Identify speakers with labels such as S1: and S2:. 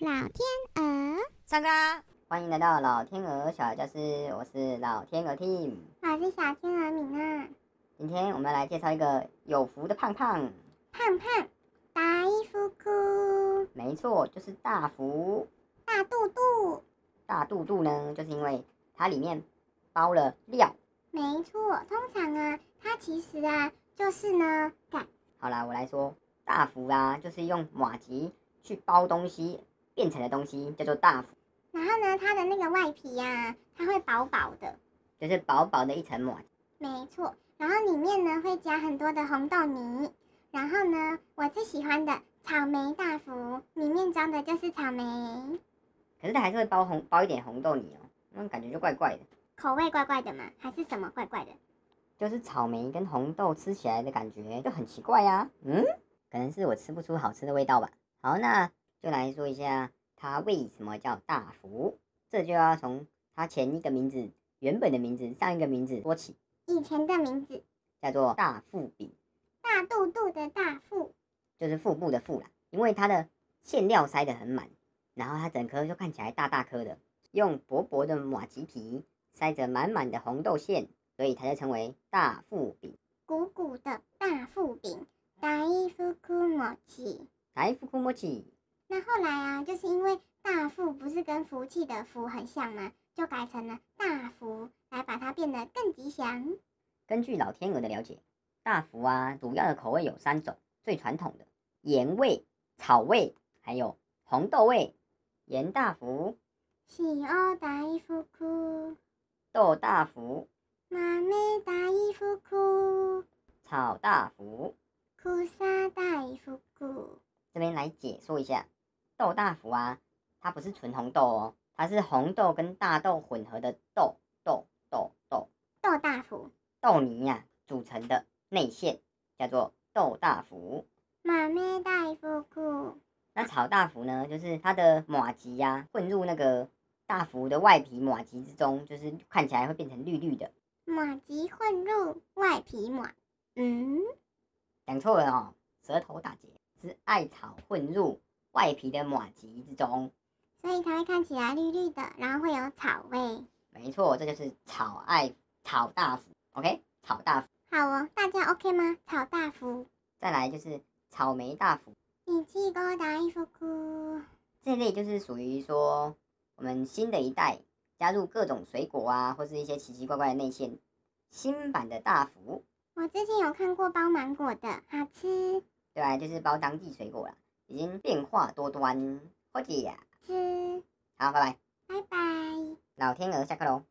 S1: 老天鹅，
S2: 上课啦！
S3: 欢迎来到老天鹅小教室，我是老天鹅 Team。
S1: 我是小天鹅米娜。
S3: 今天我们来介绍一个有福的胖胖，
S1: 胖胖，大衣服裤，
S3: 没错，就是大福
S1: 大肚肚，
S3: 大肚肚呢，就是因为它里面包了料。
S1: 没错。通常啊，它其实啊，就是呢，感
S3: 好啦，我来说，大福啊，就是用马吉去包东西变成的东西，叫做大福，
S1: 然后呢，它的那个外皮呀、啊，它会薄薄的，
S3: 就是薄薄的一层马吉。
S1: 没错。然后里面呢，会加很多的红豆泥。然后呢，我最喜欢的草莓大福，里面装的就是草莓，
S3: 可是它还是会包红包一点红豆泥哦，那感觉就怪怪的，
S1: 口味怪怪的嘛，还是什么怪怪的？
S3: 就是草莓跟红豆吃起来的感觉就很奇怪呀、嗯，可能是我吃不出好吃的味道吧。好，那就来说一下它为什么叫大福，这就要从它前一个名字、原本的名字、上一个名字说起，
S1: 以前的名字，
S3: 叫做大腹饼。
S1: 大肚肚的大腹，
S3: 就是腹部的腹啦，因为它的馅料塞得很满，然后它整颗就看起来大大颗的，用薄薄的马吉皮塞着满满的红豆馅，所以它就称为大腹饼。
S1: 鼓鼓的大腹饼，大衣服库莫奇。
S3: 来福库莫奇，
S1: 那后来啊，就是因为大腹不是跟福气的福很像吗？就改成了大福，来把它变得更吉祥。
S3: 根据老天鹅的了解，大福啊主要的口味有三种，最传统的盐味、草味，还有红豆味。盐大福、
S1: 喜欧大衣服库，
S3: 豆大福、
S1: 妈咪大衣服库，
S3: 草大福。
S1: 库萨大衣服库。
S3: 这边来解说一下，豆大福啊，它不是纯红豆哦，它是红豆跟大豆混合的豆豆豆豆
S1: 豆大福，
S3: 豆泥呀、组成的内馅，叫做豆大福。
S1: 妈咪大衣服库，
S3: 那炒大福呢，就是它的马吉呀、混入那个大福的外皮马吉之中，就是看起来会变成绿绿的。
S1: 马吉混入外皮马。嗯，
S3: 讲错了哦，舌头打结，是艾草混入外皮的马吉之中。
S1: 所以它会看起来绿绿的，然后会有草味。
S3: 没错，这就是炒艾炒大福。OK，炒大福。
S1: 好哦，大家 OK 吗？炒大福，
S3: 再来就是草莓大福
S1: 你记过大衣服库。
S3: 这类，就是属于说我们新的一代加入各种水果啊，或是一些奇奇怪怪的内馅，新版的大福。
S1: 我之前有看过包芒果的，好吃
S3: 对啊，就是包当地水果啦，已经变化多端。或者呀，
S1: 吃，
S3: 啊好，拜拜，
S1: 拜拜。
S3: 老天鹅下课喽。